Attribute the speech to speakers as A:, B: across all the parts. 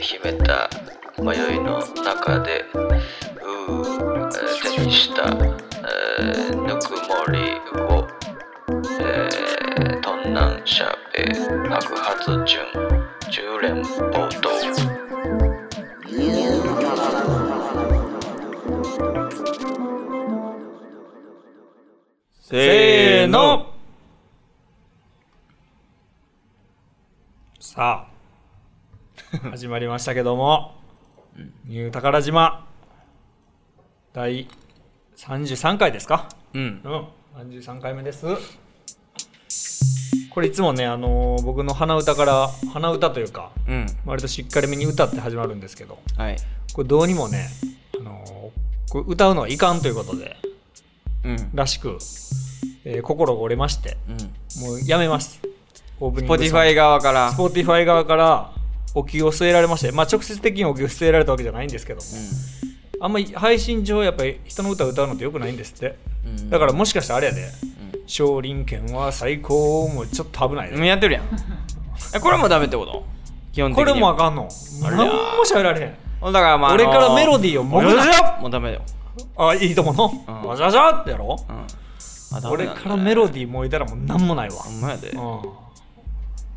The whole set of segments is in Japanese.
A: 秘めた迷いの中でうーえー手にした、えーぬくもりを、えー、トンナンシャベ白髪順十連暴動
B: せーのさあ始まりましたけども「ニュー宝島」第33回ですか
C: うん。
B: うん33回目ですこれいつもね、あのー僕の鼻歌から鼻歌というか
C: うん。
B: 割としっかりめに歌って始まるんですけど
C: はい。
B: これどうにもね、あのーこれ歌うのはいかんということで
C: うん。
B: らしく、えー心が折れまして
C: うん。
B: もうやめます。オープニング。
C: Spotify 側から。
B: スポティファイ側から、お灸を据えられまして、まあ直接的にお灸を据えられたわけじゃないんですけども、あんまり配信上やっぱり人の歌を歌うのってよくないんですって。
C: うん。
B: だからもしかしたらあれやで、少林拳は最高もうちょっと危ないで
C: うん。やってるやん。え、これもダメってこと基本的
B: こ
C: に。
B: れもあかんの。
C: あ
B: 何
C: ら
B: も喋られへ
C: だ
B: ん。
C: からまあ。
B: 俺からメロディーを
C: も
B: も
C: う
B: ぐな
C: もうダメだよ。
B: あ、いいとも
C: うん
B: の。わじゃわじゃってやろ
C: うん。あ、ダメなんだね
B: 俺からメロディー燃えたらもう何もないわ
C: ほ。んまやで。うん。
B: うん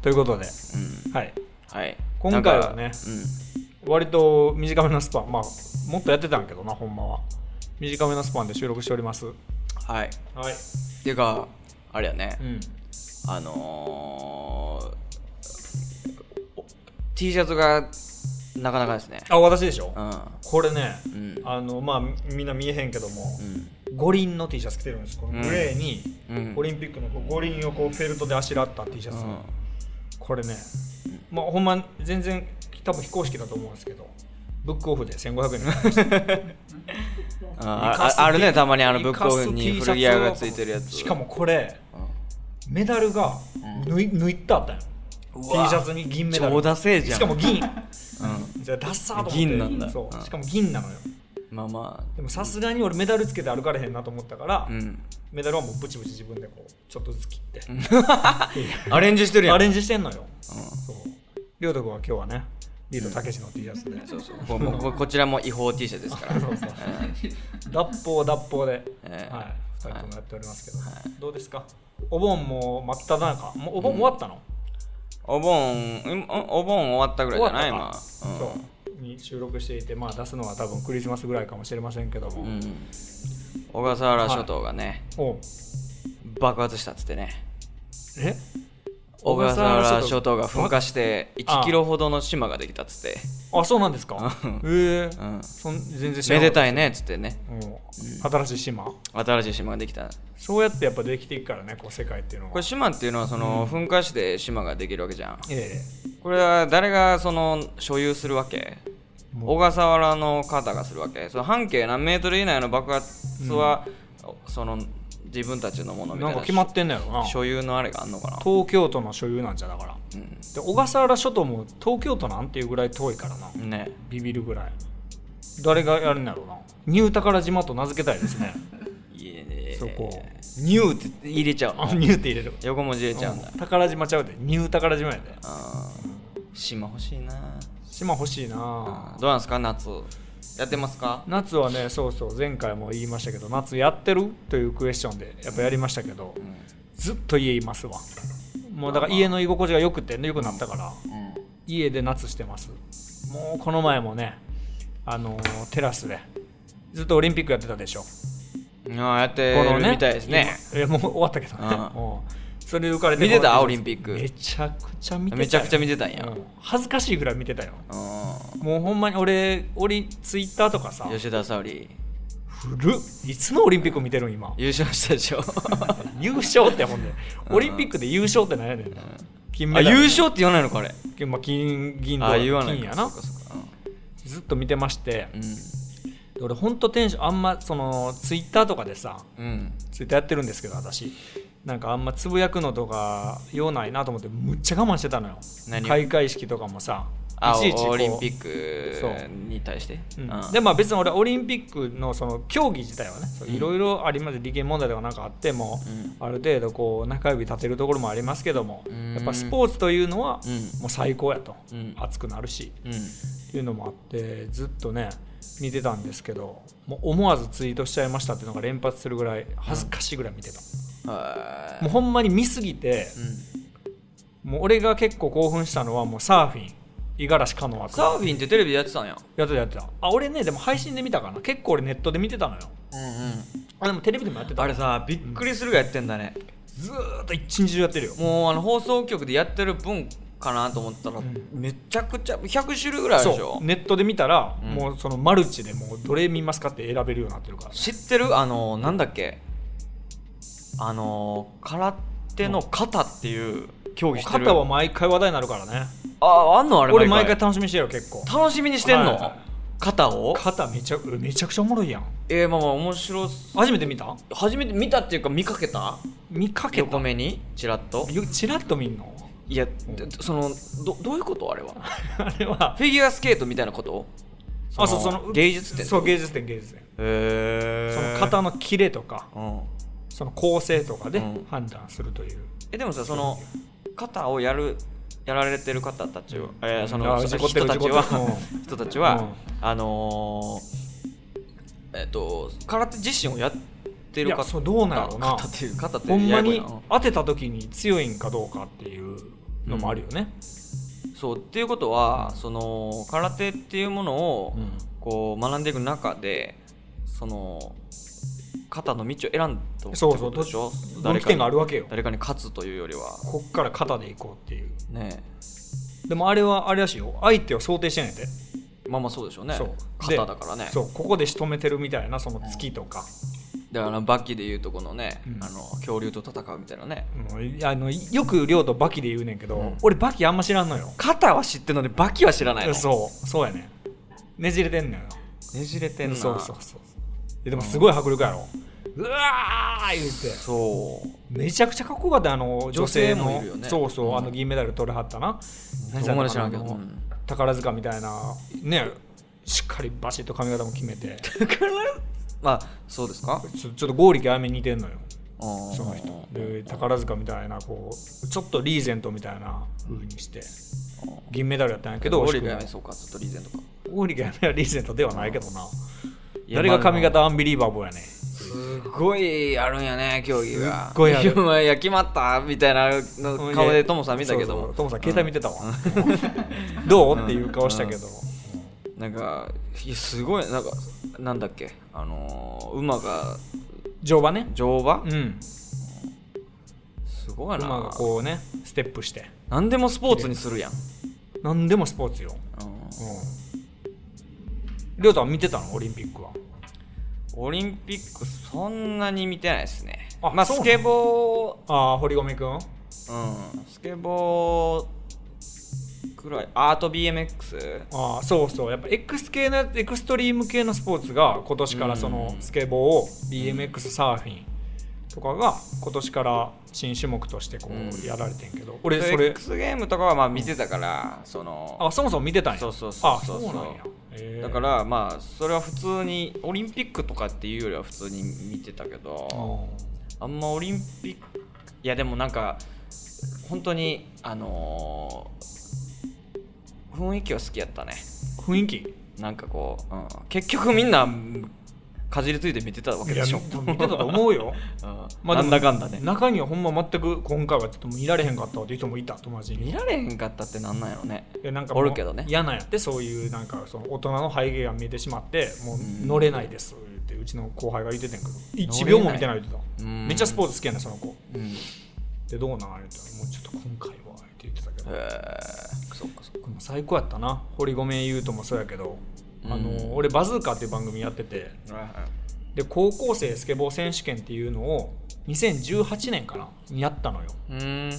B: ということで、はい。
C: はい。
B: 今回はね
C: なんか
B: 割と短めのスパンまあもっとやってたんやけどなほんまは短めのスパンで収録しておりますは
C: うん。はい。
B: い
C: っていうか、あれやね
B: う。ん
C: あのーお T シャツがなかなかですね。
B: あ私でしょ
C: うん。
B: これね、
C: うん
B: あのまあみみんな見えへんけども、
C: うん。
B: 五輪の T シャツ着てるんですこのグレーに、
C: うん
B: オリンピックのこう五輪をこうフェルトであしらった T シャ
C: う
B: ツ、
C: ん。
B: これね、まあほんま全然多分非公式だと思うんですけどブックオフで1500円で買いました
C: あああるね、たまにあのブックオフに
B: イカス T シャツを
C: 古着屋がついてるやつ。
B: しかもこれ
C: うん。
B: メダルが抜い,、抜いてあったんよ T シ
C: わ
B: ャツに銀メダル
C: 超ダセえじゃん
B: しかも銀
C: う
B: じゃあダッサーと思って
C: 銀なんだ
B: そう
C: うん
B: しかも銀なのよ
C: ん、まあま
B: でもさすがに俺メダルつけて歩かれへんなと思ったから、
C: あ、うん、
B: メダルはもうブチブチ自分でこうちょっとずつ切って、
C: アレンジしてるやん。
B: アレンジしてんのよ、
C: う
B: そうりょうとくんは今日はねリードたけしの T シャツで、そうそう
C: こもうここちらも違法 T シャツですから。
B: そうそう脱法脱法で、
C: ええ
B: はい、2人ともやっておりますけど、
C: は
B: どうですかお盆も真っ只中もうお盆終わったの、
C: お盆、うんお盆終わったぐらいじゃないまあ。
B: そうに収録していて、まあ、出すのは多分クリスマスぐらいかもしれませんけども、
C: うん。うん小笠原諸島がね、
B: おう
C: 爆発したっつってね。
B: え
C: 小笠原諸島が噴火
B: し
C: して
B: あ
C: 1キロほどの島ができたっつって。
B: あそうなんですか
C: う
B: え
C: ん
B: え
C: うん
B: そん全然知
C: め
B: らなか
C: で
B: った
C: たいねっつってね。
B: うん新しい島
C: 新しい島ができた。
B: そうやってやっぱできていくからねこう世界っていうのは
C: これ島っていうのはその噴火して島ができるわけじゃん。
B: え
C: これは誰がその所有するわけ
B: もう
C: 小笠原の方がするわけその半径何メートル以内の爆発は、その自分たちのも
B: え
C: のみた
B: ないん
C: な
B: か決まってんだよな
C: 所有のあれがあんのかな
B: 東京都の所有なんじゃだからで小笠原諸島も東京都なんていうぐらい遠いからな
C: うんね
B: ビビるぐらい誰がやるんだろうなニュー宝島と名付けたいです ね
C: いいね
B: そこ
C: ニューって入れちゃう
B: あ
C: の
B: ニューって入れる
C: 横文字入れちゃうんだ、
B: 宝島ちゃうでニュー宝島やで
C: あー島欲しいな
B: 島欲しいな
C: どうなんですか夏やってますか
B: 夏はねそうそう前回も言いましたけど夏やってるというクエスチョンでやっぱやりましたけど、ずっと家いますわもうだから家の居心地が良くてね良くなったから
C: うん
B: 家で夏してますもうこの前もねあのーテラスでずっとオリンピックやってたでしょ
C: あーやって
B: この
C: るみたいですね
B: 今いやもう終わったけどね
C: うん
B: もうそれで浮かれて
C: 見てた
B: この
C: オリンピック
B: めちゃくちゃ見てたよ
C: めちゃくちゃ見てたんや、
B: うん恥ずかしいぐらい見てたよ
C: う
B: もうほんまに俺俺ツイッターとかさ
C: ん吉田沙保里
B: 古っいつのオリンピック見てるん今
C: 優勝したでしょ
B: 優勝ってほんでオリンピックで優勝って何やねんな金
C: あ
B: メダル
C: 優勝って言わないのかあれ
B: まあ、金銀銅
C: あ言わない
B: 金やな
C: そっかそっか
B: ずっと見てまして
C: う
B: で俺ほんとテンションあんまそのツイッターとかでさ
C: んうん
B: ツイッターやってるんですけど私なんかあんまつぶやくのとか用ないなと思ってむっちゃ我慢してたのよ
C: 何を
B: 開会式とかもさ
C: あ
B: いちいちこう
C: オリンピッ
B: そう
C: クに対して
B: うんでまあ別に俺はオリンピックのその競技自体はねそういろいろあります利権問題とかなんかあっても、ある程度こう中指立てるところもありますけども
C: うん
B: やっぱスポーツというのは
C: うん
B: もう最高やと、
C: うん
B: 熱くなるし
C: うんうん
B: っていうのもあってずっとね見てたんですけどもう思わずツイートしちゃいましたっていうのが連発するぐらい恥ずかしいぐらい見てた、
C: は
B: もうほんまに見すぎて、
C: いうん
B: もう俺が結構興奮したのはもうサーフィン五十嵐カノア君
C: サーフィンってテレビでやってたんや
B: やってたやってたあ俺ねでも配信で見たかな結構俺ネットで見てたのよあでもテレビでもやってた
C: あれさびっくりするがやってんだね
B: ずーっと一日中やってるよ
C: もうあの放送局でやってる分かなと思ったら
B: ん
C: めちゃくちゃ100種類ぐらいあるでし
B: そ
C: ょ
B: うネットで見たら、
C: うん
B: もうそのマルチでもうどれ見ますかって選べるようになってるから
C: 知ってるあのなんだっけあの空手の肩っていう競技してる
B: 肩は毎回話題になるからね
C: ああんのあれ
B: 俺毎回楽しみにしてるよ結構
C: 楽しみにしてんの、
B: はい
C: 肩を
B: 肩めちゃめちゃくちゃおもろいやん
C: えー、まあまあ面白そ
B: 初めて見た
C: う初めて見たっていうか見かけた
B: 見かけた
C: 横目にちらっと
B: よチラッと見んの
C: いやでそのどどういうことあれは
B: あれは
C: フィギュアスケートみたいなこと
B: あそうその
C: 芸術って
B: そう芸術点芸術
C: へ
B: 点
C: え
B: その型のキレとか
C: うん
B: その構成とかで
C: うん
B: 判断するという、
C: えでもさその肩をやるやられてる方たちは、えーそ
B: あ
C: の
B: ー事故ってる
C: 人たち
B: 事故っ
C: は
B: て
C: 人たちは、
B: うん
C: あのーえっ、と空手自身をやって
B: い
C: る
B: や
C: 方
B: そうどうなんやろうな
C: 肩っていう肩って
B: ほんま
C: ややこい
B: に
C: な
B: 当てた時に強いんかどうかっていうのもあるよね、
C: そうっていうことはその空手っていうものを
B: うん
C: こう学んでいく中でその肩の道を選んだって
B: そうそ
C: こ
B: う
C: とでしょ
B: 分岐点があるわけよ
C: 誰かに勝つというよりは
B: こっから肩でいこうっていう
C: ね
B: でもあれはあれらしいよ相手を想定してないで、
C: まあまあそうでしょうね
B: そうで
C: 肩だからね
B: そうここで仕留めてるみたいなその突きとか、
C: だからバキでいうとこのね、
B: うん
C: あの恐竜と戦うみたいなね
B: うんいやあのよく亮とバキで言うねんけど、
C: うん
B: 俺バキあんま知らんのよ
C: 肩は知ってるのにバキは知らないの
B: そうそうやねねじれてんのよ
C: ねじれてんな
B: そうそうそうででもすごい迫力やろうわー言うて
C: そう
B: めちゃくちゃかっこよかったあの女性の
C: 女性もいるよね
B: そうそう、
C: うん
B: あの銀メダル取れはったな
C: うんそこまで知らんけど
B: あの
C: うん
B: 宝塚みたいなねしっかりバシッと髪型も決め てちょ
C: まあそうですか
B: ちょっと剛力あやめに似てんのよ
C: そ
B: その人で宝塚みたいなこうちょっとリーゼントみたいな風にして銀メダルやったんやけど
C: オリガメ
B: 惜しく
C: そうかずっとリーゼントか
B: も剛力あやめはリーゼントではないけどない
C: や
B: 誰が髪
C: まあ
B: 型アンビリーバボーやねん
C: すごいあるんやね競技が
B: すっごいある
C: いや決まったみたいなの顔でトモさん見たけど
B: そうそ
C: も
B: うトモさん携帯見てたわ どうっていう顔したけど
C: なんかいやすごいなんかなんだっけあのー馬が
B: 乗馬ね
C: 乗馬
B: うん
C: すごいな
B: 馬がこうねステップして
C: 何でもスポーツにするやん、
B: 何でもスポーツようん亮太は見てたのオリンピックは
C: オリンピックそんなに見てないですね
B: あ
C: まあ
B: そうな
C: ス
B: の
C: ケボ
B: ああ堀米く
C: ー、う
B: ん
C: ん、スケボーくらいアート BMX
B: ああそうそうやっぱ X 系のやつエクストリーム系のスポーツが今年からそのスケボー BMX サーフィンとかが今年から新種目としてこ
C: うん
B: うやられてんけど俺それ
C: X ゲームとかはまあ見てたから、その
B: あそもそも見てたんや
C: そうそうそうそう
B: あそうなんやへえ
C: だからまあそれは普通にオリンピックとかっていうよりは普通に見てたけど
B: う
C: あんまオリンピックいやでもなんか本当にあのー雰囲気は好きやったね
B: ん雰囲気
C: なんかこう、うん、結局みんなうんかじりついて見てたわけ
B: い
C: で
B: や
C: しょ、
B: 見見てたと思うよ
C: うん
B: まあ
C: な
B: で
C: ん
B: も
C: だかんだね
B: 中にはほんま全く今回はちょっと見られへんかったわっていう人もいた友達に
C: 見られへんかったってなんなんやろね
B: いやなんか
C: お
B: もう
C: るけどね
B: 嫌なんやってそういうなんかその大人の背景が見えてしまっても
C: ん
B: う乗れないですってうちの後輩が言っててんけど1秒も見てないって言ってた
C: うん
B: めっちゃスポーツ好きやねんその子
C: うんへ
B: でどうなん言うてもうちょっと今回はって言ってたけど
C: えそっかそっか
B: でも最高やったな堀米優斗もそうやけどあ
C: うん
B: の俺バズーカっていう番組やっててで高校生スケボー選手権っていうのを2018年かなにやったのよ
C: うん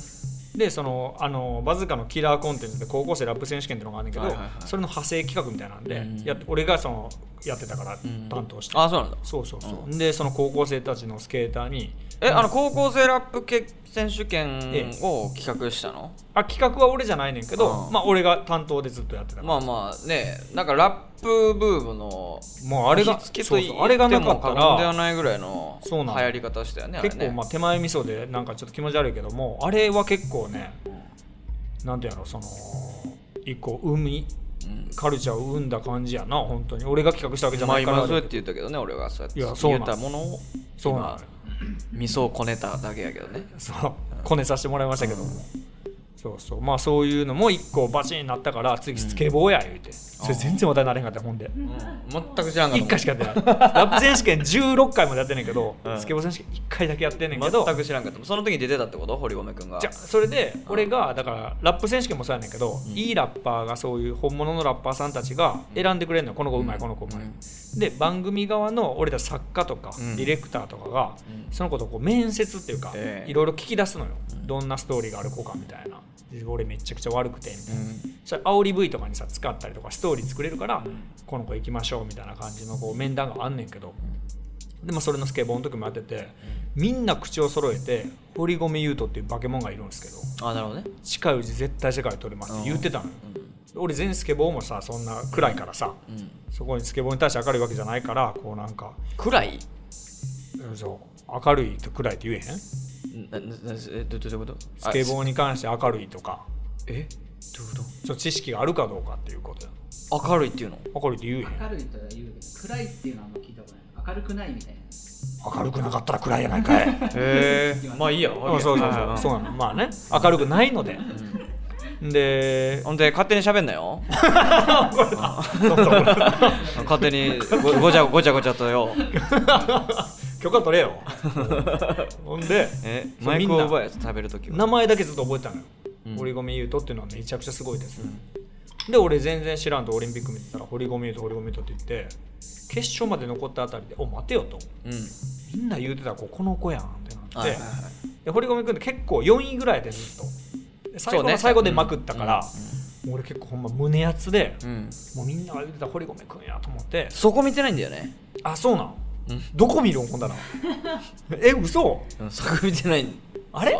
B: でそのあのバズーカのキラーコンテンツで高校生ラップ選手権っていうのがあるんだけど、
C: はいはいはい
B: それの派生企画みたいなんで、
C: うん
B: やっ俺がそのやってたから担当して、
C: あそうなんだ
B: そうそうそう、でその高校生たちのスケーターに
C: えあの高校生ラップ系選手権を企画したの
B: あ企画は俺じゃないねんけど、
C: うん
B: まあ、俺が担当でずっとやってたから、
C: まあまあねなんかラップブームの
B: もうあれが
C: 火付けと言
B: そうそうあれが
C: って
B: なか
C: も
B: った
C: 過
B: ら
C: 言ではないぐらいの流
B: そうなの
C: 行り方したよねあれね
B: 結構まあ手前味噌でなんかちょっと気持ち悪いけどもあれは結構ねなんていうのその一個海
C: うん
B: カルチャーを生んだ感じやな本当に俺が企画したわけじゃ
C: ま
B: な
C: あ
B: いか
C: 今
B: ら
C: そうやって言ったけどね俺はそう
B: い
C: や
B: や
C: って
B: そう
C: 言
B: な
C: え
B: の
C: たものを
B: そうなのよ
C: 味噌をこねただけやけどね
B: そうこねさせてもらいましたけども、そうそうまあそういうのも一個バチンなったから次スケボーや言うて、それ全然話題になれへんかったほんで
C: 全く知らんかった
B: 1回しかやってないラップ選手権16回までやってんねんけど、
C: うん
B: スケボー選手権1回だけやってんねんけど
C: 全く知らんかったその時に出てたってこと堀米君が
B: じゃあそれで俺がだからラップ選手権もそうやねんけど、いいラッパーがそういう本物のラッパーさんたちが選んでくれるのこの子うまいこの子うまい、で番組側の俺ら作家とか、
C: うん
B: ディレクターとかが、
C: うん
B: その子とこう面接っていうか、
C: ええ
B: いろいろ聞き出すのよ、どんなストーリーがある子かみたいなで俺めちゃくちゃ悪くてみたいな、それ煽り V とかにさ使ったりとかストーリー作れるから、この子行きましょうみたいな感じのこう面談があんねんけど、でもそれのスケボーの時もやってて、みんな口を揃えて堀米優斗っていうバケモンがいるんですけど
C: あなるほどね
B: 近いうち絶対世界取れますって言ってたのよ、俺全然スケボーもさそんな暗いからさ、
C: うん
B: そこにスケボーに対して明るいわけじゃないからこうなんか
C: 暗い
B: そう明るいと暗いって言えへんス
C: なななえどどどういうこと
B: ケボーに関して明るいとか
C: あえどういうこ
B: そう知識があるかどうかっていうことや
C: と明るいっていうの
B: 明るいって言えへん
D: 明るいとは言うけど暗いっていうのはあんま聞いたことない明るくないみたいな
B: 明るくなかったら暗いやないかい
C: へえまあいいや
B: うんそうそうそうそうなのまあね明るくないので で
C: ほんで勝手に喋んなよ 勝手にごごちゃごちゃごちゃとよ
B: 許可取れよほんで
C: え
B: そう
C: マイク
B: み
C: を
B: んな
C: 奪うやつ食べるときは
B: 名前だけずっと覚えてたのよ
C: うん
B: 堀米優斗っていうのはめちゃくちゃすごいです、で俺全然知らんとオリンピック見てたら堀米優斗堀米優斗って言って決勝まで残ったあたりで「お待てよ」と
C: うん
B: みんな言うてた子この子やんってなっ
C: は
B: て、
C: いはいはい
B: で堀米君って結構4位ぐらいでずっとで最
C: そ
B: 後
C: う
B: の
C: ね
B: 最後でまくったから、もう俺結構ほんま胸熱で、
C: うん
B: もうみんなが言うてた堀米君やと思って
C: そこ見てないんだよね
B: あそうなん、
C: うん
B: どこ見るんほんだらえ嘘
C: うんそこ見てない
B: あれ
C: う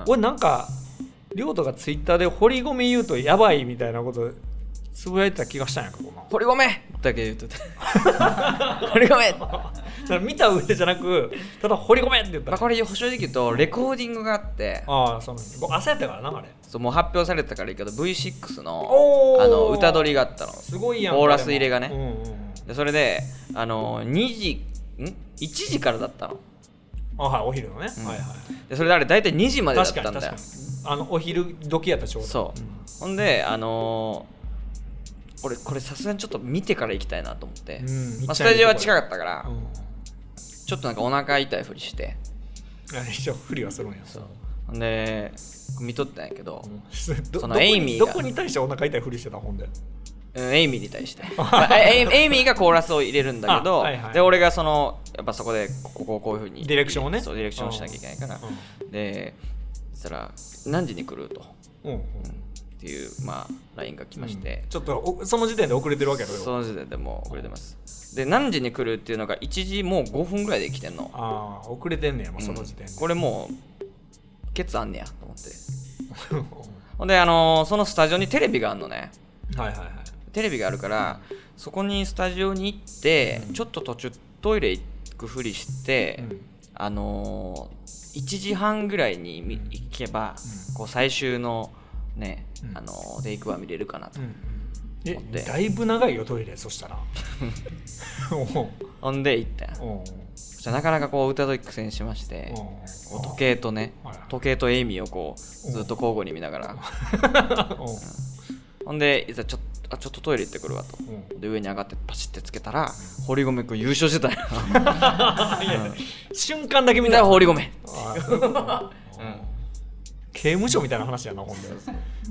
C: ん
B: 俺なんか亮斗がツイッターで堀米優とやばいみたいなことつぶやいてた気がしたんやけど な
C: 堀米だけ言 うとて堀米
B: だから見た上じゃなくただ堀米って言った
C: まあ
B: ら
C: これ正直言うとレコーディングがあって
B: ああその僕朝やったからなあれ
C: そうもう発表されてたからいいけど V6 の
B: おー
C: あの歌取りがあったの
B: すごいやん
C: コーラス入れがね
B: でもうんうんうん
C: でそれであの2時ん1時からだったの
B: あはいお昼のね、はいはい
C: でそれであれ大体2時までだっ
B: 確か
C: た
B: に
C: んだ
B: 確か
C: よ
B: にあのお昼時やったちょうど
C: そう、ほ
B: ん
C: んであのー俺これさすがにちょっと見てから行きたいなと思って、
B: うん
C: まあ、スタジオは近かったから、
B: うん
C: ちょっとなんかお腹痛いふりして
B: あれ一応不利はするんやそう
C: ほんで見とったんやけど、
B: ど
C: その
B: どこに
C: エイミー
B: ど
C: が
B: こに対してお腹痛いふりしてたほんで
C: うんエイミーに対して まあエイエイミーがコーラスを入れるんだけど、
B: あはいはい
C: で俺がそのやっぱそこでここをこういうふうに
B: ディレクションをね
C: そうディレクションをしなきゃいけないから、でそしたら何時に来るとっ
B: うんうん
C: ていうまあ LINE が来まして、
B: ちょっとおその時点で遅れてるわけやろ要は
C: その時点でもう遅れてますで何時に来るっていうのが1時もう5分ぐらいで来てんの
B: ああ遅れてんねやもうその時点で、
C: これもうケツあんねやと思ってほんであのーそのスタジオにテレビがあるのね
B: はいはいはい
C: テレビがあるからそこにスタジオに行って、ちょっと途中トイレ行くふりして、
B: うん
C: あのー1時半ぐらいにみ行けば、
B: うん
C: こう最終のね、
B: うん
C: あのーテイクは見れるかなと、
B: え
C: 持って
B: だいぶ長いよトイレそし たらおう
C: ほんで行ったんや
B: おうおう
C: そしたらなかなかこう歌と苦戦しまして、こう時計とね
B: はい
C: 時計とエイミーをこうずっと交互に見ながら
B: おう
C: ほんでいざちょっとあちょっとトイレ行ってくるわと
B: う
C: で上に上がってパシッてつけたら堀米君優勝してたよ
B: いや瞬間だ け
C: み
B: 見
C: んな
B: た
C: 堀米
B: あうん刑務所みたいな話やなほんで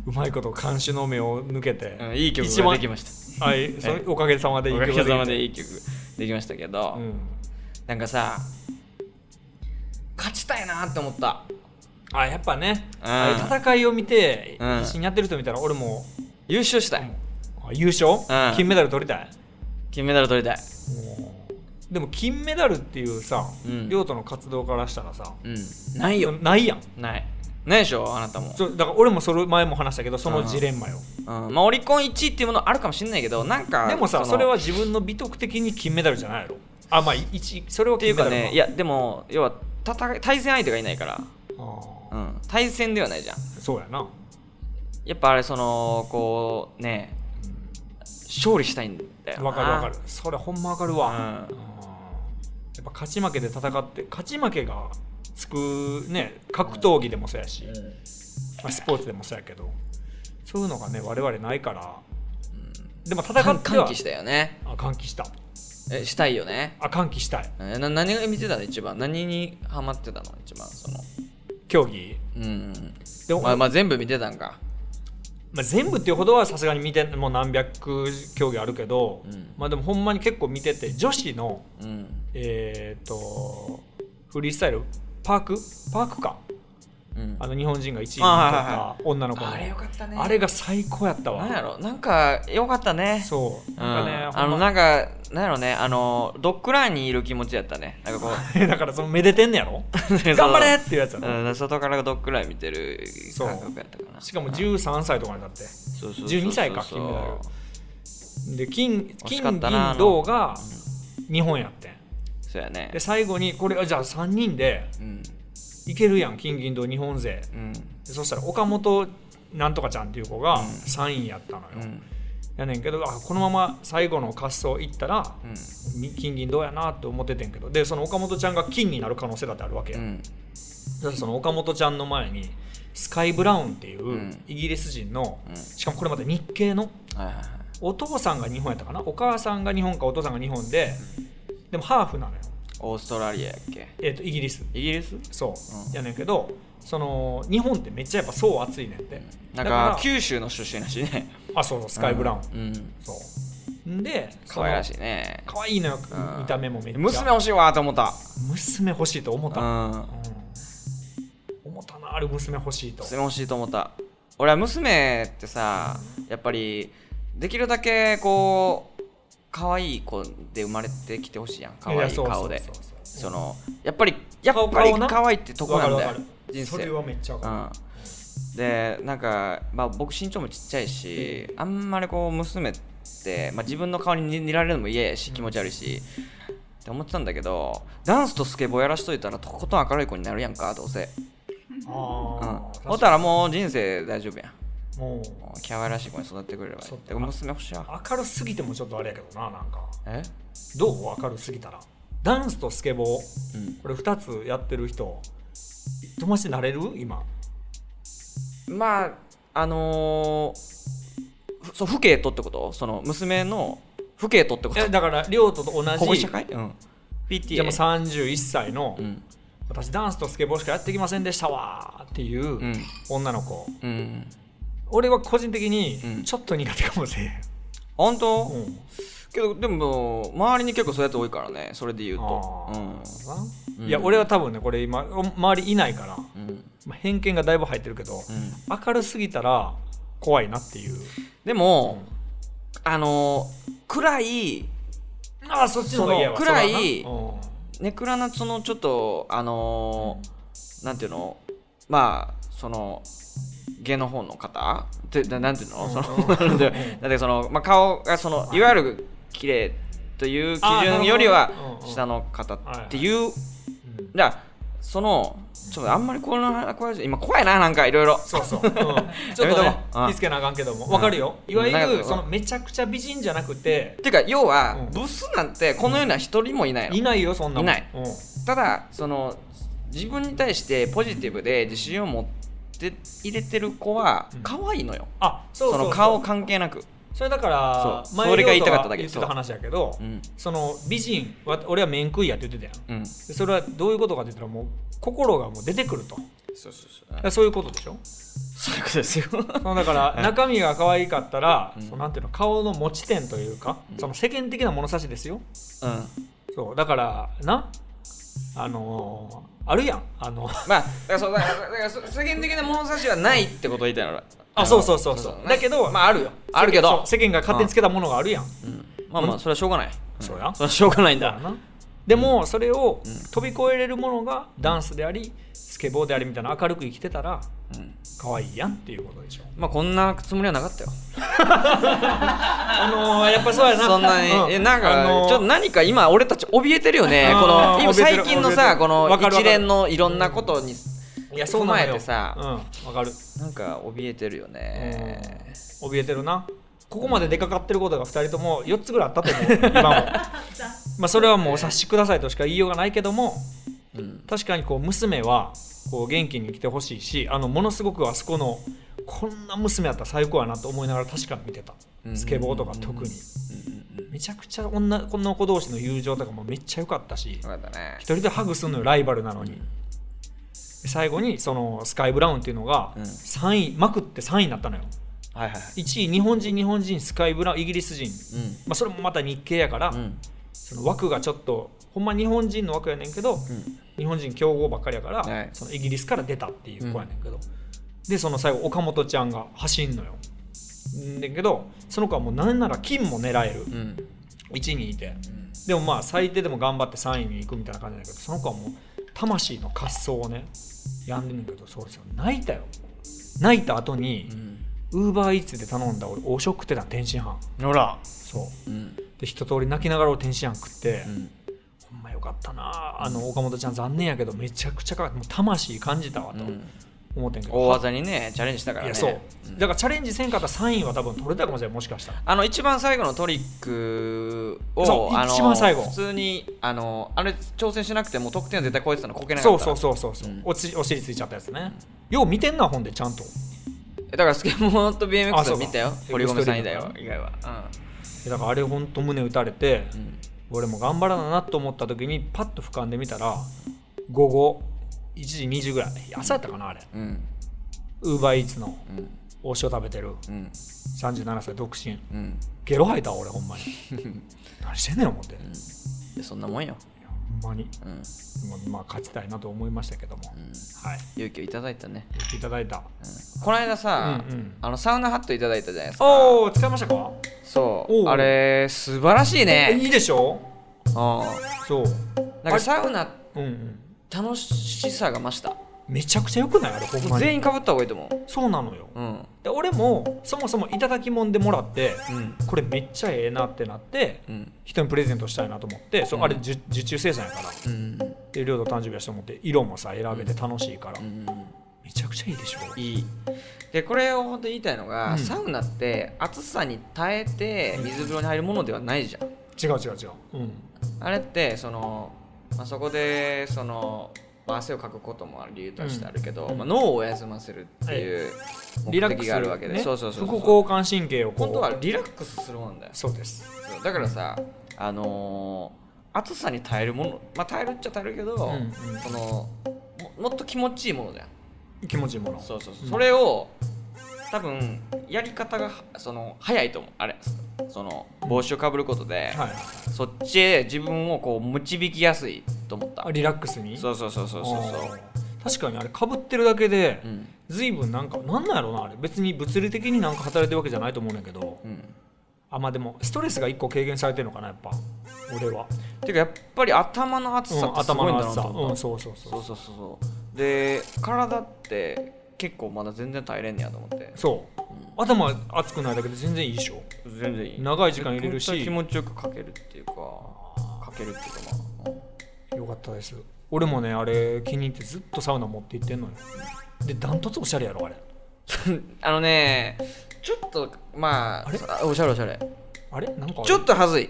B: うまいこと監視の目を抜けて、
C: うんいい曲ができま
B: し
C: した
B: たはいそれおかげさまでいい
C: お
B: 曲
C: かげ
B: がき
C: さまでいい曲できましたけど、
B: うん
C: なんかさ勝ちたいなって思った
B: あやっぱね、
C: うん
B: ああいう戦いを見て、
C: うん
B: 一緒にやってる人見たら俺も
C: 優勝したい
B: もうあ優勝、
C: うん
B: 金メダル取りたい
C: 金メダル取りたい
B: もうでも金メダルっていうさ、
C: うん
B: 両党の活動からしたらさ
C: うんないよ
B: ないやん
C: ないないでしょあなたも、
B: そうだから俺もそれ前も話したけどそのジレンマよ
C: うん、まあオリコン1位っていうものあるかもしれないけどなんか
B: でもさ
C: の
B: それは自分の美徳的に金メダルじゃないやろあまあ一それは
C: ってい
B: 金
C: うか
B: メダル
C: ねいやでも要は戦い対戦相手がいないから、
B: あ
C: う
B: あ
C: ん、対戦ではないじゃん
B: そうやな
C: やっぱあれそのこうね勝利したいんだよな
B: わかるわかるそれほんまわかるわ、
C: うん
B: ああやっぱ勝ち負けで戦って勝ち負けがつくね格闘技でもそうやし、まあ、スポーツでもそうやけどそういうのがね我々ないから、でも戦
C: かん
B: っては
C: 歓喜したよね
B: あ歓喜した
C: えしたいよね
B: あ歓喜したい
C: えな何が見てたの一番何にハマってたの一番その
B: 競技
C: うんうん
B: でも、
C: ま
B: ま
C: あ
B: あ
C: まあ全部見てたんか
B: 全部っていうほどはさすがに見てもう何百競技あるけど、
C: うん
B: まあでもほんまに結構見てて女子の
C: うん
B: えっ、とフリースタイルパークパークか
C: うん
B: あの日本人が1位に
C: あ
B: な
C: はい
B: った、
C: はいは
B: 女の子の
C: あれよかったね
B: あれが最高やったわ
C: なんやろなんかよかったね
B: そう
C: うん
B: なんかね、
C: あ
B: ほ
C: の
B: んま
C: なんかなんやろねあのドッグランにいる気持ちやったねなんかこ う
B: だからそのめでてん ねやろ
C: そう
B: 頑張れっていうやつやろ、
C: うん、外からドッグラン見てる
B: そう
C: 感覚やったかな
B: しかも13歳とかになって
C: そうそうそうそう
B: 12歳か金メダルで金
C: 惜しか
B: 金
C: ったなあ
B: 銀
C: の
B: 銅が日本やってん
C: そうやね
B: で最後にこれあじゃあ3人で
C: うん
B: いけるやん金銀銅日本勢
C: うん
B: でそしたら岡本なんとかちゃんっていう子が
C: うん
B: 3位やったのよ、
C: うん
B: やねんけどあこのまま最後の滑走行ったら
C: うん
B: み金銀銅やなって思っててんけどでその岡本ちゃんが金になる可能性だってあるわけ
C: う
B: や、
C: ん
B: だからその岡本ちゃんの前にスカイ・ブラウンっていううんイギリス人の、
C: うん
B: しかもこれまた日系の
C: はいはいはい
B: お父さんが日本やったかなお母さんが日本かお父さんが日本ででもハーフなのよ、
C: オーストラリアやっけ
B: えー、とイギリス
C: イギリス
B: そう、
C: うん
B: やねんけどその日本ってめっちゃやっぱ層厚いねんって、
C: なん
B: だ
C: から九州の出身らしいね
B: あそうそうスカイ・ブラウン、
C: うん
B: そうんで
C: 可愛らし
B: い
C: いね
B: 可愛いのよ、
C: うん
B: 見た目もめっちゃ
C: 娘欲しいわと思った
B: 娘欲しいと思った、
C: う
B: うん
C: ん
B: 思ったなあれ娘欲しいと
C: 娘欲しいと思った俺は娘ってさやっぱりできるだけこう可愛い子で生まれてきてほしいやん可愛い顔で
B: やそうそうそうそ
C: そ
B: う
C: のやっぱりやっ
B: 顔
C: ぱり
B: 顔な
C: 可愛いってとこなんだ
B: わ
C: よ
B: かるわかる
C: 人
B: そ
C: 生
B: れはめっちゃわかる、
C: うん、でなんか、まあ、僕身長もちっちゃいしあんまりこう娘って、まあ、自分の顔に似似られるのも嫌やし気持ち悪いし、って思ってたんだけどダンスとスケボーやらしといたらとことん明るい子になるやんかどうせ
B: あ
C: うん
B: ー
C: ほったらもう人生大丈夫やん
B: もう
C: もう可愛らしい子に育ってくれればいい
B: そっか
C: だから娘欲しいわ
B: 明るすぎてもちょっとあれやけどななんか
C: え
B: どう明るすぎたらダンスとスケボー
C: うん
B: これ2つやってる人友達になれる今
C: まああのー、ふそう父兄とってことその娘の父兄とってこと
B: えだから亮斗と同じ
C: 保護者会うん PTA
B: じゃあもう31歳の、
C: うん
B: 私ダンスとスケボーしかやってきませんでしたわーっていうん女の子、
C: うん
B: 俺は個人的
C: う
B: に
C: ん
B: ちょっと苦手かもしれん、
C: 本当、
B: うん
C: けどでも周りに結構そういうやつ多いからねそれで言うと
B: あ
C: う
B: ー
C: ん
B: な
C: うん
B: いや俺は多分ねこれ今お周りいないから、
C: うん
B: まあ偏見がだいぶ入ってるけ
C: う
B: ど、
C: ん
B: 明るすぎたら怖いなっていう
C: でも、あの暗い
B: ああそっ
C: ちの方が嫌やわそれはなネクラなそのちょっとあのーなんていうのまあその芸の方の方ってななんていうのそ のなんでなんでその、まあ、顔がそのいわゆる綺麗という基準より
B: あーな
C: は
B: るほどねうんうん
C: 下の方っていうじゃあそのちょっとあんまりこのこれ今怖いななんかいろいろ
B: そ うそう、うん、ちょっと
C: やめとこ
B: ね
C: ううん
B: 気付けなあかんけどもわかるよ、いわゆ
C: なん
B: る
C: か
B: そのめちゃくちゃ美人じゃなくて
C: ていうか要は
B: うん
C: ブスなんてこのような一人もいないの、
B: いないよそんなもん
C: いない
B: うん
C: ただその自分に対してポジティブで自信を持って入れてる子は
B: うん
C: 可愛いのよ、
B: あそうそう
C: その顔関係なく、
B: それだから
C: そう
B: 前
C: それが
B: 亮
C: 言い
B: 太
C: たかっ
B: が
C: ただけ
B: 言ってた話やけど、
C: うん
B: その美人わ俺は面食いやって言ってたやん
C: うん、
B: でそれはどういうことかって言ったらもう心がもう出てくるとだか
C: そうそうそう
B: らそういうことでしょ
C: そういうことですよ
B: そのだから中身が可愛かったら、そのなんていうの顔の持ち点というか、その世間的な物差しですよ
C: うん
B: そうだからなあのーあるやんあの
C: まあだからそうだからだからそ世間的な物差しはないってことを言いたいの俺
B: あそうそうそうそう
C: の
B: だけど
C: まああるよあるけど
B: 世間が勝手につけたものがあるやん、
C: まあまあそれはしょうがない
B: そうや
C: それはしょうがないん
B: だ
C: だ
B: からなでもそれを飛び越えれるものがダンスでありスケボーでありみたいな明るく生きてたら
C: うん
B: 可愛いやんっていうことでしょ
C: まあこんなつもりはなかったよ
B: あのー、やっぱそうやな
C: そんなに、
B: う
C: えなんか、
B: あのー
C: ちょっと何か今俺たち怯えてるよね
B: あー
C: この今
B: 怯えてる
C: 最近の
B: 怯えて
C: さ
B: る
C: この
B: わかるわか
C: 一
B: る
C: 連のいろんなことに
B: いやそうなのよ
C: 踏まえてさ
B: うんわかる
C: なんか怯えてるよね
B: 怯えてるなここまで出かかってることが2人とも4つぐらいあったと思う今も まあそれはもうお察しくださいとしか言いようがないけども
C: うん
B: 確かにこう娘はこう元気に来てほしいしあのものすごくあそこのこんな娘やったら最高やなと思いながら確かに見てた
C: うん
B: スケボーとか特にめちゃくちゃ女こんな子同士の友情とかもめっちゃ良かったし
C: 分かったね
B: 一人でハグするのよライバルなのに最後にそのスカイ・ブラウンっていうのが
C: うん
B: 3位まくって3位になったのよ
C: はいはいはい
B: 1位日本人日本人スカイ・ブラウンイギリス人、
C: うん
B: まあ、それもまた日系やから、
C: うん
B: その枠がちょっとほんま日本人の枠やねんけど、日本人強豪ばっかりやから、
C: はい
B: そのイギリスから出たっていう子やねんけど、でその最後岡本ちゃんが走んのよんだけどその子はもう何なら金も狙える
C: うんうん
B: 1位にいてでもまあ最低でも頑張って3位に行くみたいな感じだけどその子はもう魂の滑走をねやんでんねんけどそうですよ泣いたよ泣いた後に
C: うん
B: ウーバーイーツで頼んだ俺お食ってた天津飯
C: ほら
B: そう
C: うん
B: で一通り泣きながら俺天津飯食って、
C: うん
B: ほんまよかったなあの岡本ちゃん残念やけどめちゃくちゃかもう魂感じたわと
C: うん
B: 思ってんけど、
C: 大技にねチャレンジしたからね
B: いやそうだからチャレンジせんかったサインは多分取れたかもしれないもしかしたら
C: あの一番最後のトリック
B: そ
C: を
B: う
C: あの
B: 一番最後
C: 普通にあのあれ挑戦しなくても得点は絶対超えてたのこけなか
B: そ
C: っ
B: う
C: た
B: そうそうそうそう、
C: うん
B: おつお尻ついちゃったやつね、よう見てんなほんでちゃんと
C: だからスケボーと
B: あ
C: BMX
B: そう
C: を
B: か
C: 見たよ堀米さん以外は以外は
B: でだからあれほんと胸打たれて、
C: うんうん
B: 俺も頑張らななと思った時にパッと俯瞰で見たら午後1時2時ぐらい朝やったかなあれ
C: うん
B: ウーバーイーツの
C: うん
B: 王将食べてる
C: うん
B: 37歳独身
C: うん
B: ゲロ吐いたわ俺ほ んまに何してんねん思って、い
C: でそんなもんよ
B: やほんまに
C: うん
B: まあまあ勝ちたいなと思いましたけども、はい
C: 勇気をいただいたね
B: いただいた
C: うんこの間さ
B: うんうん
C: あのサウナハットいただいたじゃないですか
B: おお使いましたか
C: そ
B: お
C: う
B: う
C: あれ素晴らしい
B: え
C: ね
B: いいでしょ
C: う
B: そうん
C: なんかサウナ
B: うんうん
C: 楽しさが増した
B: めちゃくちゃよくないあれほんま
C: 全
B: に
C: 員かぶった方がいいと思
B: そうなのよ
C: ううん
B: で俺もそもそもいただきもんでもらって
C: うん
B: これめっちゃええなってなって
C: うん
B: 人にプレゼントしたいなと思って、そう
C: うん
B: あれ受受注生産やから
C: うん
B: で領土誕生日やしと思って色もさ選べて楽しいから、
C: うん
B: めちゃくちゃいいでしょ
C: いいでこれを本当に言いたいのが、
B: うん
C: サウナって暑さに耐えて水風呂に入るものではないじゃん
B: 違う違う違ううん
C: あれってその、まあ、そこでその、まあ、汗をかくこともある理由としてあるけど、
B: うん
C: まあ、脳を休ませるっていう
B: リラ
C: 目
B: ック
C: 的
B: ス
C: があるわけで、
B: ね
C: そうそうそう
B: 副
C: そう
B: 交感神経をこう
C: 本当はリラックスするもんだよ
B: そうです
C: そうだからさあのー暑さに耐えるものまあ耐えるっちゃ耐えるけど、
B: うんうん
C: そのももっと気持ちいいものだよ
B: 気持ちいいもの
C: そうそうそう、
B: うん
C: それを多分やり方がその早いと思うあれその帽子をかぶることで、
B: はいはい
C: そっちへ自分をこう導きやすいと思った
B: あリラックスに
C: そうそうそうそうそうそう
B: あー確かにあれかぶってるだけで
C: うん
B: 随分なんかなんなんやろなあれ別に物理的になんか働いてるわけじゃないと思うねんだけど
C: うん
B: あまあでもストレスが一個軽減されてるのかなやっぱ俺は、
C: てかやっぱり頭の熱さ
B: う
C: っ
B: ん、
C: てす
B: 頭
C: ごいん
B: の
C: だな
B: 熱
C: と
B: さ、
C: 思った、
B: うん、そうそうそ
C: そ
B: うそ
C: そ
B: うう
C: うそうそうで体って結構まだ全然耐えれんねやと思って
B: 頭熱くないだけで全然いいでしょ
C: 全然いい
B: 長い時間入れるし
C: 本当に気持ちよくかけるっていうかかけるっていうかまあ、うん
B: よかったです俺もねあれ気に入ってずっとサウナ持って行ってんのよでダントツおしゃれやろあれ
C: あのねちょっとまあ
B: あれ
C: さおしゃれおしゃれ
B: あれなんかあれ
C: ちょっとはずい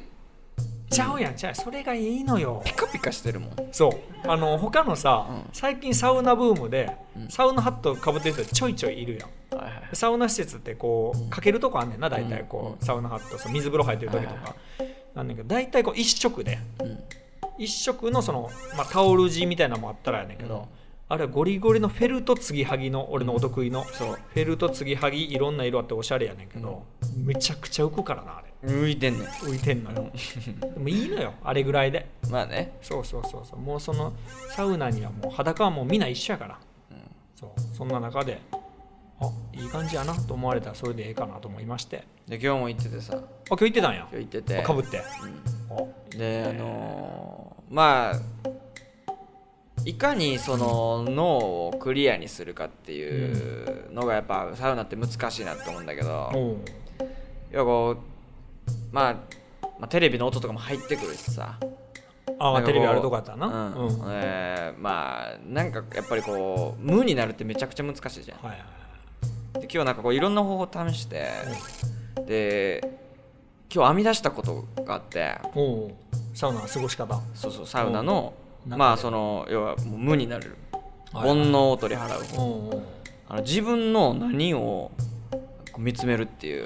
B: ちゃうやんちゃうやんそれがいいのよ
C: ピカピカしてるもん
B: そうあの他のさ、
C: うん
B: 最近サウナブームで、
C: うん
B: サウナハットかぶってる人ちょいちょいいるやん
C: はいはい
B: サウナ施設ってこうかけるとこあんねんな大体こう、
C: うん
B: サウナハットそう水風呂入ってる時と
C: はいは
B: かなんだけど大体こう一色で
C: うん
B: 一色のその、まあ、タオル地みたいなのもあったらやねんけど、あれはゴリゴリのフェルト継ぎはぎの俺のお得意の、フェルト継ぎはぎいろんな色あっておしゃれやねんけど、めちゃくちゃ浮くからなあれ
C: 浮いてんねん
B: 浮いてんのよでもいいのよあれぐらいで
C: まあね
B: そうそうそうそうもうそのサウナにはもう裸はもうみんな一緒やから、そうそんな中であいい感じやなと思われたらそれでええかなと思いまして
C: で今日も行っててさ
B: あ今日行ってたんや
C: 今日行ってて
B: かぶって、お
C: であのーまあいかにその脳をクリアにするかっていうのがやっぱサウナって難しいなって思うんだけど
B: おう
C: 要はこう、まあ、まあテレビの音とかも入ってくるしさ
B: あま
C: な
B: あ
C: んかこう
B: テレビあるとこやったらな
C: うん
B: うんはい
C: えーまあなんかやっぱりこう無になるってめちゃくちゃ難しいじゃん
B: はいはい
C: で今日なんかこういろんな方法試してで今日編み出したことがあって
B: おうサウナの過ごし方
C: そうそうサウナの
B: うん
C: まあその要はもう無になれる
B: はい
C: 煩悩を取り払う
B: おうおう
C: あの自分の何をこう見つめるっていう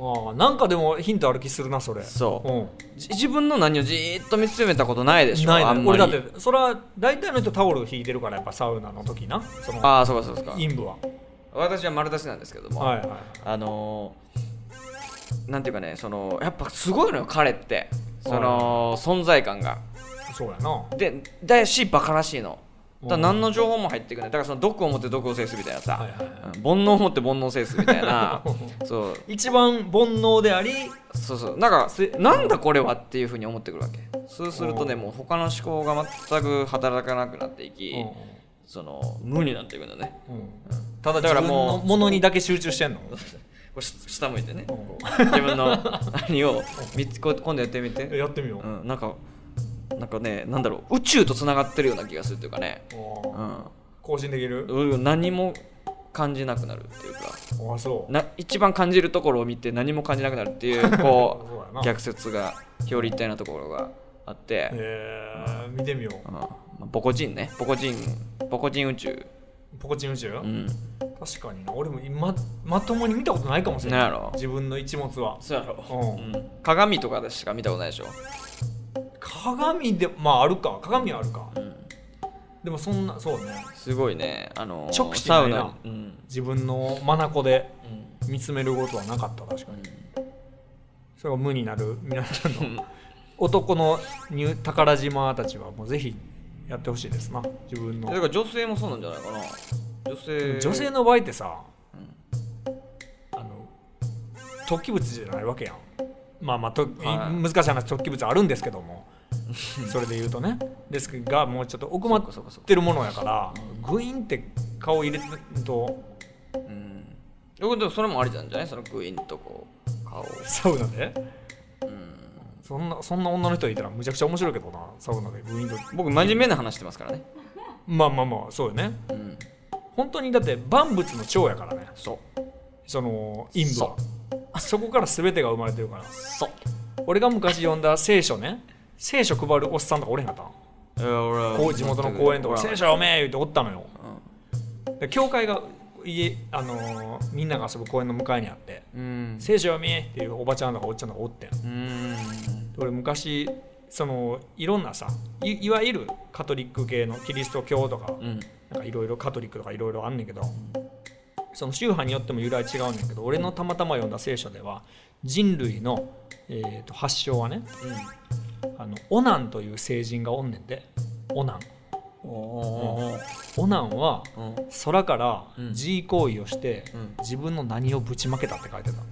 B: ああなんかでもヒントある気するなそれ
C: そう
B: うん
C: じ自分の何をじーっと見つめたことないでしょ
B: ない
C: あ
B: なんい
C: ま
B: 俺
C: り
B: だってそれは大体の人タオル引いてるからやっぱサウナの時なその
C: ああそうかそうかそうか
B: 陰部は
C: 私は丸出しなんですけども、
B: はいはい
C: あのーなんていうかねそのやっぱすごいのよ彼ってその存在感が
B: そうやな
C: でだしバカらしいのだか
B: う
C: ら
B: ん
C: 何の情報も入ってくるねだからその毒を持って毒を制すみたいなさ、
B: はいはいはい
C: うん煩悩を持って煩悩を制すみたい なそう
B: 一番煩悩であり
C: そうそうなんかせなんだこれはっていうふうに思ってくるわけそうするとね
B: うん
C: もう他の思考が全く働かなくなっていき
B: う
C: その無になっていくんだね
B: んうんただ
C: だか
B: 自
C: ら
B: 分
C: もう
B: のものにだけ集中してんの
C: こうし下向いてね
B: うん
C: 自分 の何を見つこう今度やってみて
B: やってみよう
C: うんなんかなんかねなんだろう宇宙とつながってるような気がするっていうかね
B: おー
C: う
B: 更新できる
C: んうん何も感じなくなるっていうか
B: ああそう
C: な一番感じるところを見て何も感じなくなるっていうこ
B: そうや
C: う
B: な
C: 逆説が表裏一体なところがあって、
B: えー見てみよ
C: うんまあ、ボコジンねボコジンボコジン宇宙
B: うポコチン宇宙
C: うん
B: 確かにな俺も今まともに見たことないかもしれ
C: なん
B: な
C: やろ
B: い自分の一物は
C: そうやろ
B: うん
C: 鏡とかでしか見たことないでしょ
B: 鏡でまああるか鏡はあるかでもそんなそうね
C: すごいねあのー
B: 直視
C: サ
B: な
C: ウ
B: いな
C: ナうん
B: 自分の眼で見つめることはなかった確かにそれが無になる皆さんの男のニュー宝島たちはもうぜひやってほしいですな自分
C: だか
B: の
C: ら女性もそうなんじゃないかな女性
B: 女性の場合ってさ、あの突起物じゃないわけやんまあまあと、
C: はい
B: 難しい話突起物あるんですけども それで言うとねですがもうちょっと奥まっ
C: そうかそうか
B: てるものやからグインって顔入れてると
C: うんでもそれもありじゃんじゃないそのグインとこう顔を
B: サウナでそんなそんな女の人いたらむちゃくちゃ面白いけどなサウナでグインと
C: 僕真面目な話してますからね
B: まあまあまあそうよね
C: うん
B: 本当にだって万物の長やからね
C: そう
B: その陰部はそこから全てが生まれてるから
C: そう
B: 俺が昔読んだ聖書ね聖書配るおっさんとかおれへんかったん
C: えー俺は
B: こう地元の公園とか「
C: 全く
B: 聖書おめえ!」言うておったのよで教会が家あのーみんなが遊ぶ公園の向かいにあって
C: うん
B: 「聖書読み!」っていうおばちゃんとかおっちゃんとかおってん
C: うん
B: 俺昔そのいろんなさいいわゆるカトリック系のキリスト教とか
C: うん
B: なんかいろいろカトリックとかいろいろあんねんけどその宗派によっても由来違うねんけど俺のたまたま読んだ聖書では人類の、えーと発祥はねあのオナンという聖人がおんねんでオナン
C: うんおー
B: オナンは
C: うん
B: 空から
C: うん
B: G 行為をして、
C: うん
B: 自分の何をぶちまけたって書いてた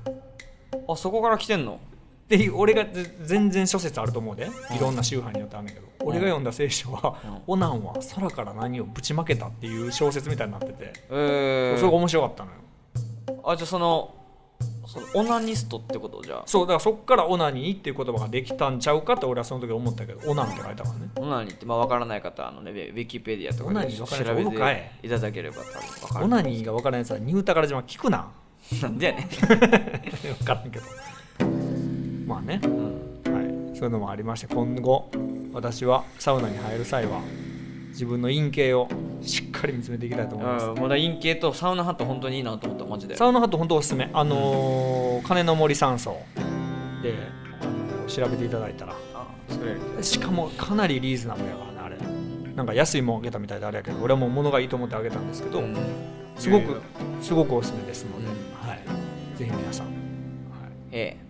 C: あそこから来てんの
B: で俺がぜ全然諸説あると思うでいろんな宗派によってあるんだけど、俺が読んだ聖書は、オナンは空から何をぶちまけたっていう小説みたいになってて、
C: え
B: それが
C: ー
B: 面白かったのよ
C: あじゃあそのそのオナニストってことじゃあ
B: そうだからそっからオナニーっていう言葉ができたんちゃうかって俺はその時思ったけどオナンって書いたからね
C: オナニーってまあ分からない方はあのねウィウィキペディアと
B: オ
C: か
B: ナ
C: で
B: ニー
C: 調
B: 分からない
C: べ
B: 人おるかい
C: ていただければ多分分かる
B: オナニーが分からないやつはニュータカラ島聞くな
C: なんでやねん
B: 分からんけど まあね、はい、そういうのもありまして今後私はサウナに入る際は自分の陰茎をしっかり見つめていきたいと思います、
C: うん、まだ陰茎とサウナハット本当にいいなと思ったマジで
B: サウナハット本当おすすめあのー、金の森山荘で、あのー調べていただいたら
C: あ作れる
B: しかもかなりリーズナブルやからねあれなんか安いもんあげたみたいであれやけど俺はもう物がいいと思ってあげたんですけど
C: うん
B: すご
C: いろい
B: くすごくおすすめですので、
C: うん
B: はい、ぜひ皆さん、はい、
C: ええ